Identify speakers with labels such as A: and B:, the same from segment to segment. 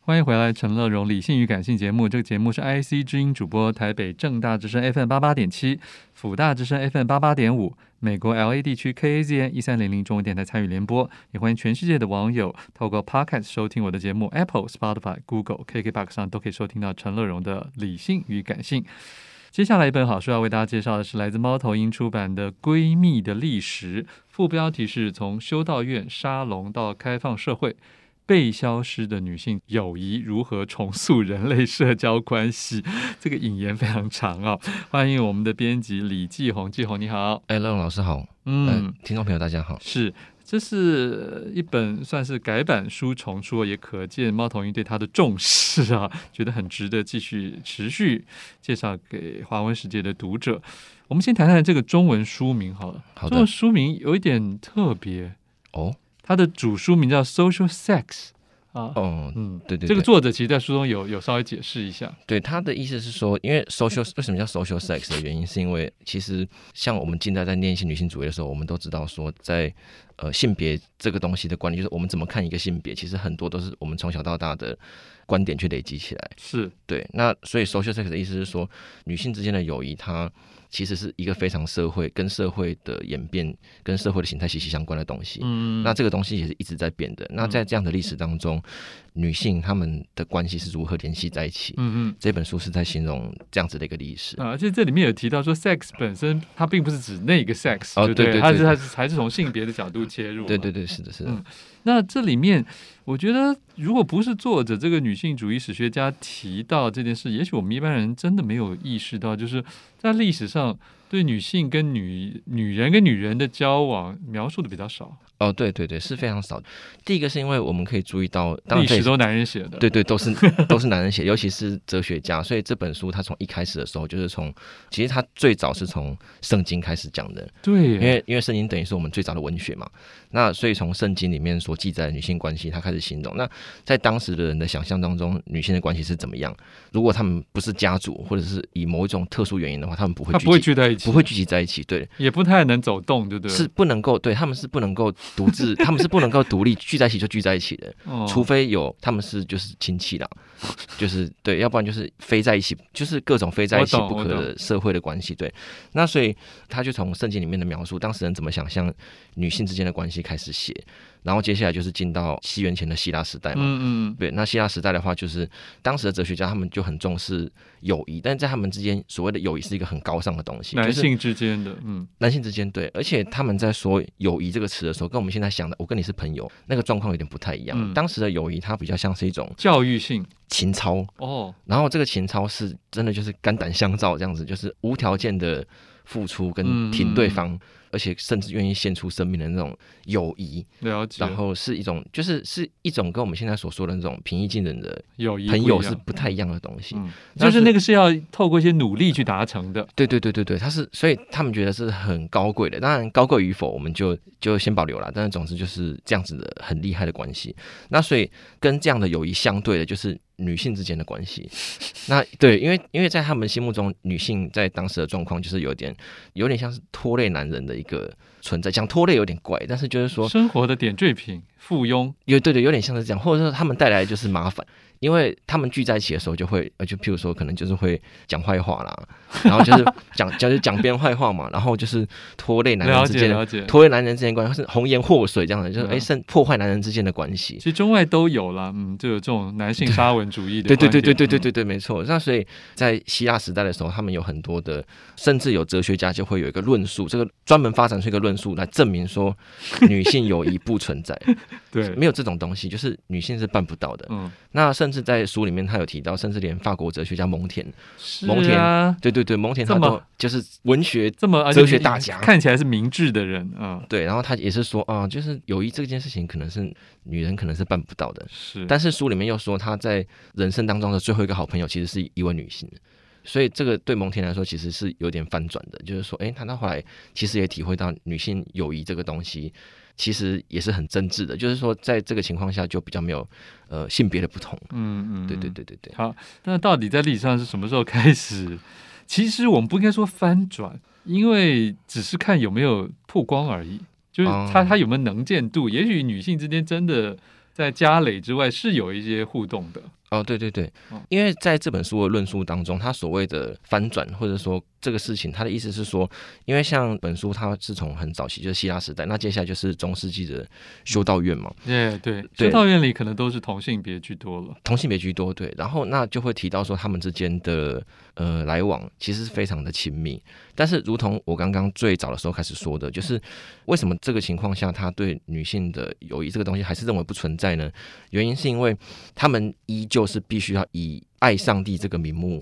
A: 欢迎回来，《陈乐融理性与感性》节目。这个节目是 IC 之音主播，台北正大之声 FM 八八点七，辅大之声 FM 八八点五，美国 LA 地区 KAZN 一三零零中文电台参与联播。也欢迎全世界的网友透过 Podcast 收听我的节目，Apple、Spotify、Google、KKBox 上都可以收听到陈乐融的《理性与感性》。接下来一本好书要为大家介绍的是来自猫头鹰出版的《闺蜜的历史》，副标题是从修道院沙龙到开放社会。被消失的女性友谊如何重塑人类社交关系？这个引言非常长哦。欢迎我们的编辑李继红，继红你好，
B: 哎，乐荣老师好，
A: 嗯
B: 嗯，，听众朋友大家好，
A: 是，这是一本算是改版书重出，也可见猫头鹰对它的重视啊，觉得很值得继续持续介绍给华文世界的读者。我们先谈谈这个中文书名好了，
B: 好
A: 中
B: 的
A: 文书名有一点特别，
B: 哦
A: 它的主书名叫《Social Sex》啊，
B: 哦，
A: 嗯，
B: 对对对
A: 这个作者其实在书中有有稍微解释一下，
B: 对，他的意思是说，因为 social 为什么叫 social sex 的原因，是因为其实像我们近代在念一些女性主义的时候，我们都知道说在，呃性别这个东西的观念，就是我们怎么看一个性别，其实很多都是我们从小到大的观点去累积起来。
A: 是
B: 对，那所以 social sex 的意思是说，女性之间的友谊，它其实是一个非常社会跟社会的演变、跟社会的形态息息相关的东西。
A: 嗯，
B: 那这个东西也是一直在变的。那在这样的历史当中，女性她们的关系是如何联系在一起？
A: 嗯嗯。
B: 这本书是在形容这样子的一个历史。
A: 啊，而且这里面有提到说，sex 本身它并不是指那个 sex，、
B: 哦
A: 对
B: 对对
A: 它
B: 对
A: 是它是还是从性别的角度切入。
B: 对对。对，是的，是的。
A: 嗯那这里面，我觉得如果不是作者这个女性主义史学家提到这件事，也许我们一般人真的没有意识到，就是在历史上对女性跟女女人跟女人的交往描述的比较少，
B: 哦，对对对，是非常少的。第一个是因为我们可以注意到，当
A: 历
B: 然这
A: 史
B: 也
A: 都男人写的。
B: 对对，都是都是男人写，尤其是哲学家。所以这本书它从一开始的时候，就是从其实它最早是从圣经开始讲的，
A: 对
B: 因，为因为圣经等于是我们最早的文学嘛。那所以从圣经里面所记载的女性关系，它开始形容。那在当时的人的想象当中，女性的关系是怎么样？如果他们不是家族，或者是以某一种特殊原因的话，他们不会
A: 他
B: 聚
A: 不会
B: 集
A: 聚在一起，
B: 不会聚集在一起。对，
A: 也不太能走动，对不对？
B: 是不能够对他们是不能够独自，他们是不能够独立聚在一起就聚在一起的，
A: 哦，
B: 除非有他们是就是亲戚啦， 就是对，要不然就是非在一起，就是各种非在一起
A: 我懂
B: 不可
A: 我
B: 的社会的关系。对，那所以他就从圣经里面的描述，当时人怎么想象女性之间的关系开始写，然后接下来就是进到西元前的希腊时代嘛。
A: 嗯嗯
B: 对，那希腊时代的话，就是当时的哲学家他们就很重视友谊，但是在他们之间所谓的友谊是一个很高尚的东西，
A: 嗯，男
B: 就是
A: 性之间的，嗯，
B: 男性之间对，而且他们在说友谊这个词的时候，跟我们现在想的“我跟你是朋友”那个状况有点不太一样。
A: 嗯
B: 当时的友谊，它比较像是一种
A: 教育性
B: 情操，
A: 哦，
B: 然后这个情操是真的就是肝胆相照这样子，就是无条件的付出
A: 嗯
B: 跟挺对方，而且甚至愿意献出生命的那种友谊，
A: 了解。
B: 然后是一种就是是一种跟我们现在所说的那种平易近人的
A: 友谊
B: 朋
A: 不一
B: 友
A: 样
B: 是不太一样的东西。
A: 嗯，
B: 那
A: 就是
B: 是
A: 那个是要透过一些努力去达成的。
B: 对对对对对，他是，所以他们觉得是很高贵的。当然，高贵与否，我们就就先保留啦。但是，总之就是这样子的很厉害的关系。那所以跟这样的友谊相对的，就是女性之间的关系。那对，因为因为在他们心目中，女性在当时的状况就是有点有点像是拖累男人的一个存在。讲拖累有点怪，但是就是说
A: 生活的点缀品，附庸，
B: 有对对，有点像是这样，或者说他们带来的就是麻烦，因为他们聚在一起的时候就会，呃，就譬如说可能就是会讲坏话啦，然后就是 讲就是讲别人坏话嘛，然后就是拖累男人
A: 了
B: 之
A: 解
B: 间的
A: 了解。
B: 拖累男人之间的关系，或是红颜祸水这样的，就是
A: 嗯
B: 哎，甚破坏男人之间的关系
A: 其。实中外都有啦，嗯，就有这种男性沙文主义的
B: 对对对对对
A: 观
B: 对
A: 点
B: 对对，没错。那所以在希腊时代的时候，他们有很多的，甚至有哲学家就会有一个论述，这个专门发展出一个论述来证明说女性友谊不存在，
A: 嗯 对，
B: 没有这种东西，就是女性是办不到的。
A: 嗯，
B: 那甚至在书里面，他有提到，甚至连法国哲学家蒙田，蒙
A: 是啊，
B: 对对对，蒙田他
A: 这么
B: 都就是文学
A: 这么
B: 哲学大家
A: 看起来是明智的人啊，
B: 对，然后他也是说啊、就是友谊这件事情，可能是女人可能是办不到的。
A: 是，
B: 但是书里面又说，他在人生当中的最后一个好朋友其实是一位女性，所以这个对蒙田来说其实是有点翻转的，就是说，哎诶，他到后来其实也体会到女性友谊这个东西。其实也是很真挚的，就是说，在这个情况下就比较没有，呃，性别的不同。
A: 嗯嗯，
B: 对对
A: 嗯。
B: 对对对，
A: 好，那到底在历史上是什么时候开始？ 其实我们不应该说翻转，因为只是看有没有曝光而已，就是
B: 哦
A: 它它有没有能见度。也许女性之间真的在家累之外是有一些互动的，
B: 哦，对对对
A: 哦，
B: 因为在这本书的论述当中，他所谓的翻转或者说这个事情，他的意思是说，因为像本书它是从很早期就是希腊时代，那接下来就是中世纪的修道院嘛，
A: 耶、对，
B: 对
A: 修道院里可能都是同性别居多了。
B: 同性别居多，对，然后那就会提到说他们之间的呃来往其实是非常的亲密，但是如同我刚刚最早的时候开始说的，就是为什么这个情况下他对女性的友谊这个东西还是认为不存在呢？原因是因为他们依旧是必须要以爱上帝这个名目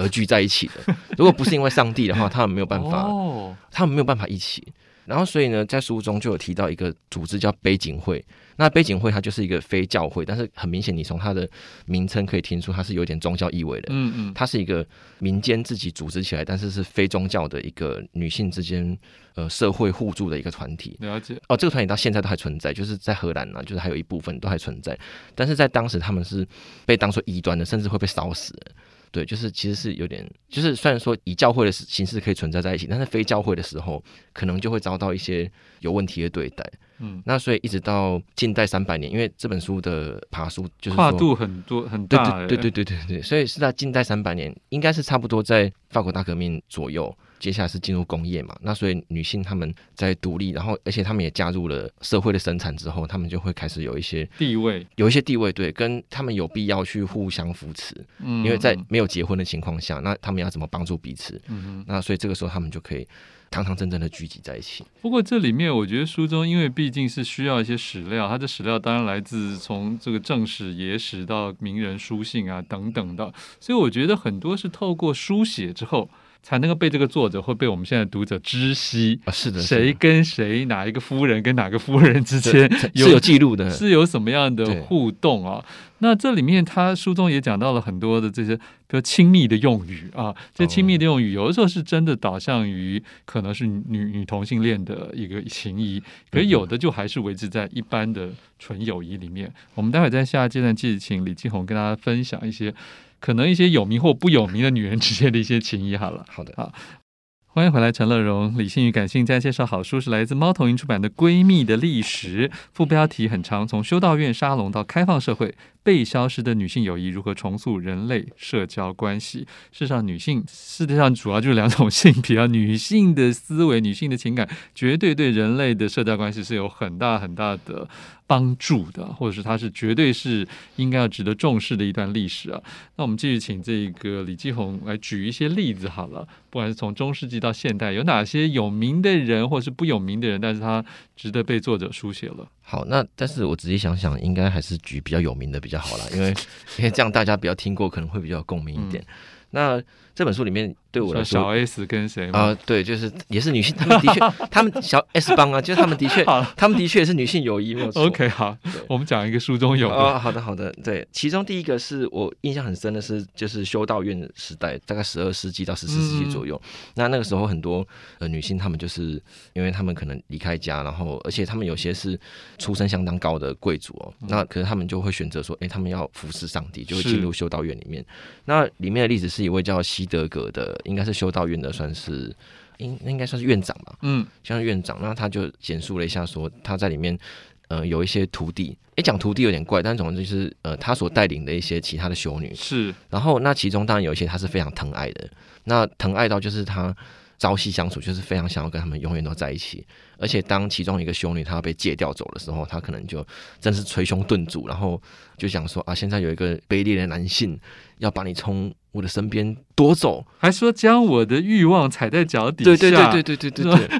B: 而聚在一起的，如果不是因为上帝的话，他们没有办法，
A: 哦，
B: 他们没有办法一起。然后，所以呢，在书中就有提到一个组织叫悲警会。那悲警会它就是一个非教会，但是很明显，你从它的名称可以听出它是有点宗教意味的。
A: 嗯嗯，
B: 它是一个民间自己组织起来，但是是非宗教的一个女性之间呃社会互助的一个团体。
A: 了解。
B: 哦，这个团体到现在都还存在，就是在荷兰啊，就是还有一部分都还存在，但是在当时他们是被当做异端的，甚至会被烧死的。对，就是其实是有点，就是虽然说以教会的形式可以存在在一起，但是非教会的时候，可能就会遭到一些有问题的对待。
A: 嗯，
B: 那所以一直到近代三百年，因为这本书的爬书就是
A: 跨
B: 说
A: 度很多很
B: 对
A: 大、欸。
B: 对对对对对对，所以是在近代三百年，应该是差不多在法国大革命左右，接下来是进入工业嘛，那所以女性她们在独立，然后而且她们也加入了社会的生产之后，她们就会开始有一些
A: 地位，
B: 有一些地位，对，跟她们有必要去互相扶持，
A: 嗯，
B: 因为在
A: 嗯
B: 没有结婚的情况下，那她们要怎么帮助彼此？
A: 嗯
B: 那所以这个时候她们就可以堂堂正正的聚集在一起。
A: 不过这里面，我觉得书中因为毕竟是需要一些史料，它的史料当然来自从这个正史、野史到名人书信啊等等的，所以我觉得很多是透过书写之后，才能够被这个作者或被我们现在的读者知悉，
B: 啊，是的，是的
A: 谁跟谁、哪一个夫人跟哪个夫人之间
B: 这是有记录的，
A: 是有什么样的
B: 对
A: 互动啊？那这里面他书中也讲到了很多的这些，比如亲密的用语啊，这亲密的用语有的时候是真的导向于可能是女女同性恋的一个情谊，可是有的就还是维持在一般的纯友谊里面。我们待会在下阶段继续请李继红跟大家分享一些可能一些有名或不有名的女人之间的一些情谊好了。
B: 好的。
A: 欢迎回来，陈乐荣。理性与感性在介 绍好书是来自猫头鹰出版的《闺蜜的历史》，副标题很长，从修道院沙龙到开放社会，被消失的女性友谊如何重塑人类社交关系。事实上，女性世界上主要就是两种性别啊，女性的思维、女性的情感，绝对对人类的社交关系是有很大很大的帮助的，或者是它是绝对是应该要值得重视的一段历史啊。那我们继续请这个李继红来举一些例子好了，不管是从中世纪到现代，有哪些有名的人或是不有名的人，但是他值得被作者书写了。
B: 好，那但是我仔细想想，应该还是举比较有名的比较好啦， 因为因为这样大家比较听过，可能会比较有共鸣一点。那这本书里面对我来
A: 说嗯
B: 说
A: 小 S 跟谁
B: 啊、
A: 吗？
B: 对，就是也是女性，他们的确，他们小 S 帮啊，就是他们的 确
A: 好，
B: 他们的确是女性友谊，没有错。
A: OK，好，我们讲一个书中有的，
B: 哦，好的好的，对，其中第一个是我印象很深的是，就是修道院时代，大概十二世纪到十四世纪左右。那那个时候很多呃女性，她们就是因为她们可能离开家，然后而且她们有些是出身相当高的贵族哦，那可是她们就会选择说，哎、她们要服侍上帝，就会
A: 是
B: 进入修道院里面。那里面的例子是一位叫西德格的，应该是修道院的，算是应应该算是院长吧。
A: 嗯，
B: 像院长，那他就简述了一下说他在里面，呃，有一些徒弟，诶，讲徒弟有点怪，但总之就是呃，他所带领的一些其他的修女，
A: 是
B: 然后那其中当然有一些他是非常疼爱的，那疼爱到就是他朝夕相处，就是非常想要跟他们永远都在一起。而且当其中一个修女她要被戒掉走的时候，他可能就真是捶胸顿足，然后就想说啊，现在有一个卑劣的男性要把你从我的身边夺走，
A: 还说将我的欲望踩在脚底下，
B: 对对对
A: 对，
B: 对对对对对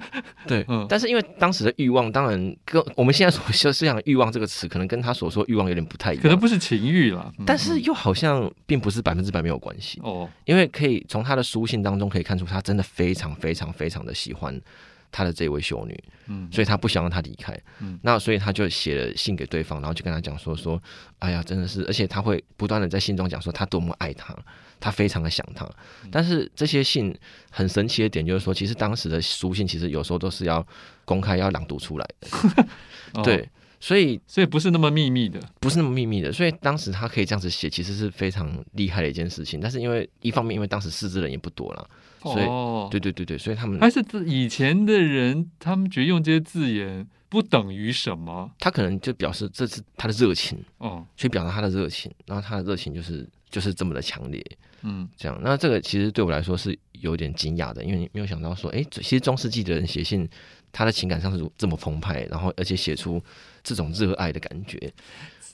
B: 对。
A: 嗯
B: 但是因为当时的欲望，当然跟我们现在所说思想的欲望这个词，可能跟他所说欲望有点不太一样，
A: 可能不是情欲了，嗯
B: 但是又好像并不是百分之百没有关系，
A: 哦，
B: 因为可以从他的书信当中可以看出，他真的非常非常非常的喜欢他的这位修女，
A: 嗯，
B: 所以他不想让她离开。
A: 嗯
B: 那所以他就写了信给对方，然后就跟他讲说说，哎呀，真的是，而且他会不断的在信中讲说他多么爱她，他非常的想她。
A: 嗯
B: 但是这些信很神奇的点就是说，其实当时的书信其实有时候都是要公开要朗读出来的，
A: 哦，
B: 对，所以
A: 所以不是那么秘密的，
B: 不是那么秘密的。所以当时他可以这样子写，其实是非常厉害的一件事情。但是因为一方面，因为当时识字人也不多啦，所以
A: 哦，啊
B: 对对对对，所以他们
A: 还是以前的人，他们觉得用这些字眼不等于什么？
B: 他可能就表示这是他的热情，
A: 哦，
B: 去表达他的热情，然后他的热情就是就是这么的强烈，
A: 嗯
B: 这样。那这个其实对我来说是有点惊讶的，因为你没有想到说，哎，这其实中世纪的人写信，他的情感上是这么澎湃，然后而且写出这种热爱的感觉。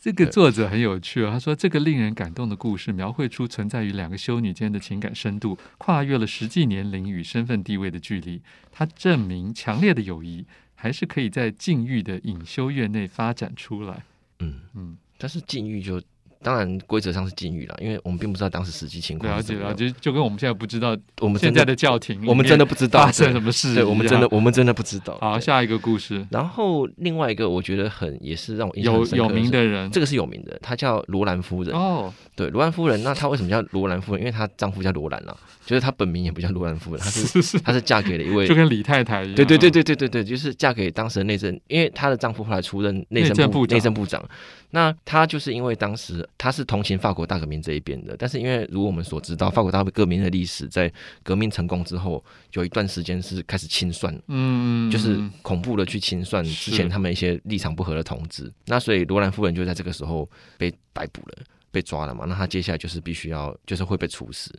A: 这个作者很有趣哦，他说这个令人感动的故事，描绘出存在于两个修女间的情感深度，跨越了实际年龄与身份地位的距离。它证明强烈的友谊还是可以在禁欲的隐修院内发展出来。
B: 嗯，
A: 嗯，
B: 但是禁欲就当然规则上是禁欲了，因为我们并不知道当时实际情况。
A: 了解了，解，就跟我们现在不知道
B: 我们
A: 现
B: 真
A: 在
B: 的
A: 的教廷里面
B: 我们真的不知道
A: 发生
B: 对
A: 什么事一
B: 对，
A: 样，
B: 我们真的我们真的不知道。
A: 好。
B: 对
A: 下一个故事，
B: 然后另外一个我觉得很也是让我印象
A: 有
B: 很深刻
A: 有名
B: 是，
A: 的人
B: 这个是有名的，她叫罗兰夫人。
A: 哦，
B: 对，罗兰夫人，那她为什么叫罗兰夫人？因为她丈夫叫罗兰啦、就是她本名也不叫罗兰夫人，她是
A: 是是，
B: 她是嫁给了一位
A: 就，跟嗯李太太一样，
B: 对对对对对对对，就是嫁给当时的内政，因为她的丈夫后来出任内
A: 内政
B: 政
A: 部
B: 部
A: 长
B: 内政部长，那她就是因为当时她是同情法国大革命这一边的，但是因为如我们所知道，法国大革命的历史在革命成功之后，有一段时间是开始清算
A: 嗯，嗯，嗯
B: 就是恐怖的去清算之前
A: 是
B: 他们一些立场不合的同志。那所以罗兰夫人就在这个时候被逮捕了，被抓了嘛。那她接下来就是必须要，就是会被处死。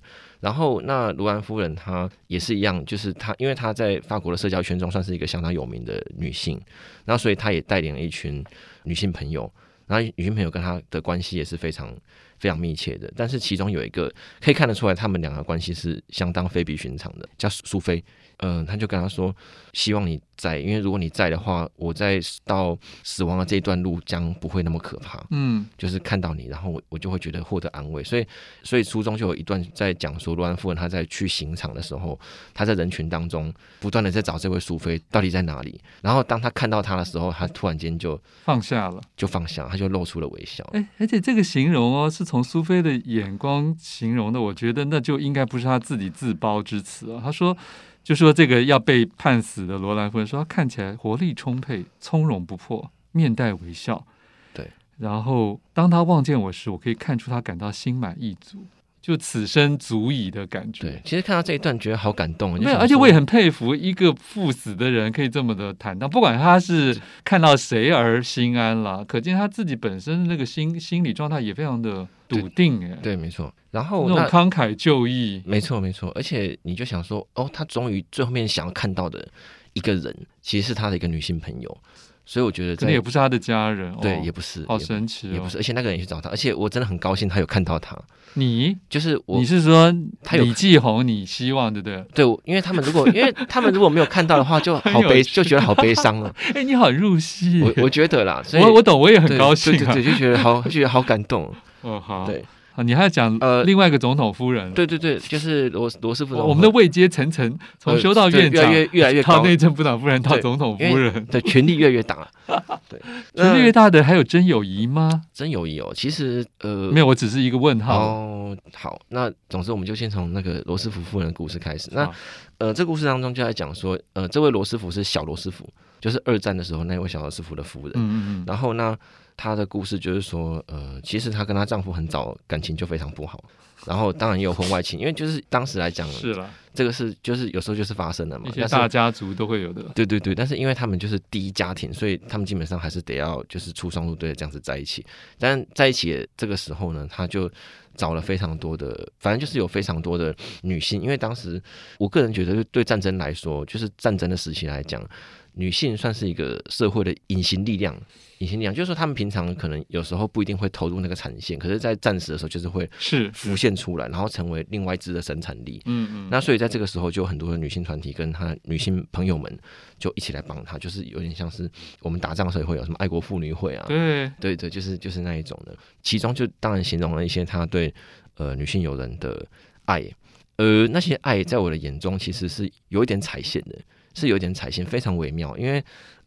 B: 然后那罗兰夫人她也是一样，就是她因为她在法国的社交圈中算是一个相当有名的女性，那所以她也带领了一群女性朋友。然后女性朋友跟她的关系也是非常非常密切的，但是其中有一个可以看得出来，他们两个关系是相当非比寻常的，叫苏苏菲。嗯、她就跟她说，希望你在，因为如果你在的话，我在到死亡的这一段路将不会那么可怕。
A: 嗯
B: 就是看到你，然后我我就会觉得获得安慰。所以，所以书中就有一段在讲说，罗兰夫人她在去刑场的时候，她在人群当中不断的在找这位苏菲到底在哪里。然后当她看到她的时候，她突然间就
A: 放下了。
B: 就放下，她就露出了微笑。
A: 哎，而且这个形容哦，是从苏菲的眼光形容的，我觉得那就应该不是她自己自褒之词啊。她说，就说这个要被判死的罗兰夫人说，她看起来活力充沛，从容不迫，面带微笑。
B: 对，
A: 然后当她望见我时，我可以看出她感到心满意足，就此生足矣的感觉。
B: 对，其实看到这一段觉得好感动，就
A: 没有，
B: 想
A: 而且
B: 说
A: 我也很佩服一个赴死的人可以这么的坦荡，不管他是看到谁而心安了，可见他自己本身的那个心心理状态也非常的笃定，哎，
B: 对，没错。然
A: 那
B: 后
A: 种
B: 那
A: 慷慨就义，
B: 没错，没错。而且你就想说，哦，他终于最后面想要看到的一个人，其实是他的一个女性朋友，所以我觉得
A: 可
B: 在
A: 能也不是他的家人，
B: 对，
A: 哦
B: 也不是，
A: 好
B: 也不
A: 神奇哦，
B: 也不是。而且那个人也去找他，而且我真的很高兴他有看到他，
A: 你，
B: 就是我
A: 你是说
B: 他有
A: 李继红，你希望对不对？
B: 对，我因为他们如果因为他们如果没有看到的话，就好
A: 有
B: 悲，
A: 趣
B: 就觉得好悲伤 了。
A: 哎，你好入戏，
B: 我我觉得啦，所以
A: 我我懂，我也很
B: 对
A: 高兴
B: 对
A: 啊
B: 对，对，就觉得好，就觉得好感动。
A: 哦 好，
B: 对
A: 好，你还要讲
B: 呃
A: 另外一个总统夫人，
B: 对对对，就是罗罗斯福呃
A: 我我们的位阶层层从修道院
B: 越来
A: 长
B: 越越来越
A: 到
B: 高，
A: 内政部长夫人到
B: 对
A: 总统
B: 因
A: 夫
B: 为
A: 人，
B: 对权力越来越大。对，
A: 权力越
B: 那
A: 大的还有真友谊吗？
B: 真友谊哦。其实呃，
A: 没有，我只是一个问号。
B: 哦，好，那总之我们就先从那个罗斯福夫人的故事开始。那
A: 好
B: 呃，这故事当中就在讲说，呃，这位罗斯福是小罗斯福，就是二战的时候那位小罗斯福的夫人。
A: 嗯嗯嗯，
B: 然后呢，她的故事就是说，呃，其实她跟她丈夫很早感情就非常不好，然后当然也有婚外情，因为就是当时来讲，
A: 是了，
B: 这个是就是有时候就是发生了嘛
A: 一。些
B: 但
A: 大
B: 呃是
A: 家族都会有的。
B: 对对对，但是因为他们就是第一家庭，所以他们基本上还是得要就是出双入对的这样子在一起。但在一起的这个时候呢，他就找了非常多的，反正就是有非常多的女性，因为当时我个人觉得，对战争来说，就是战争的时期来讲，女性算是一个社会的隐形力量。隐形力量就是说，他们平常可能有时候不一定会投入那个产线，可是，在战时的时候就是会
A: 是，
B: 浮现出来，然后成为另外一支的生产力。
A: 嗯嗯，
B: 那所以在这个时候，就有很多的女性团体跟她女性朋友们就一起来帮她，就是有点像是我们打仗的时候会有什么爱国妇女会啊，
A: 对，
B: 对对，就是就是那一种的。其中就当然形容了一些她对呃女性友人的爱，呃，那些爱在我的眼中其实是有一点踩线的，是有一点踩线，非常微妙，因为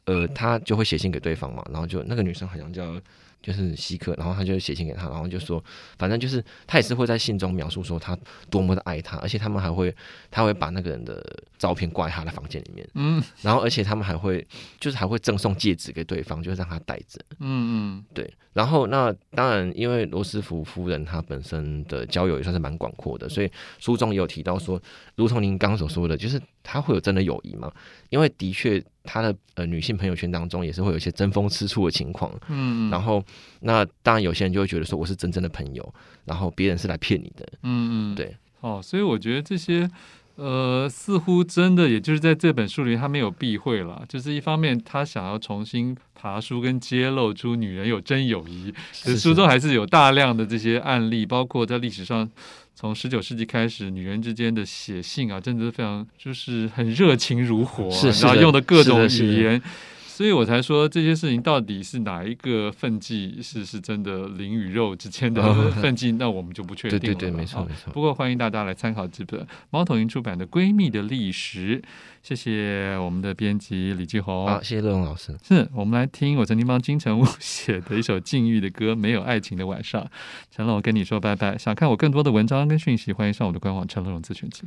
B: 呃她就会写信给对方嘛，然后就那个女生好像叫。就是希克，然后她就写信给他，然后就说，反正就是她也是会在信中描述说她多么的爱他，而且他们还会，他会把那个人的照片挂在他的房间里面，
A: 嗯
B: 然后而且他们还会，就是还会赠送戒指给对方，就是让他戴着。
A: 嗯
B: 对，然后那当然，因为罗斯福夫人她本身的交友也算是蛮广阔的，所以书中也有提到说，如同您刚所说的，就是她会有真的友谊吗？因为的确，他的呃女性朋友圈当中也是会有一些争风吃醋的情况。
A: 嗯，
B: 然
A: 后
B: 后，那当然有些人就会觉得说我是真正的朋友，然后别人是来骗你的。
A: 嗯嗯，
B: 对，
A: 哦，所以我觉得这些。呃，似乎真的，也就是在这本书里，他没有避讳了。就是一方面，他想要重新爬书跟揭露出女人有真友谊，可是
B: 是
A: 书中还是有大量的这些案例，包括在历史上，从十九世纪开始，女人之间的写信啊，真的是非常就是很热情如火、啊，
B: 是是
A: 然后
B: 的
A: 用的各种
B: 是的
A: 语
B: 是的
A: 言。所以我才说这些事情到底是哪一个分际是是真的灵与肉之间的
B: 哦
A: 分际，那我们就不确
B: 对
A: 定了。
B: 对对，没错
A: 啊
B: 没错。
A: 不过欢迎大家来参考这本猫头鹰出版的《闺蜜的历史》，谢谢我们的编辑李继红。
B: 好，谢谢乐荣老师。
A: 是我们来听我曾经帮金城武写的一首禁欲的歌《没有爱情的晚上》。陈龙跟你说拜拜。想看我更多的文章跟讯息，欢迎上我的官网陈龙资讯集。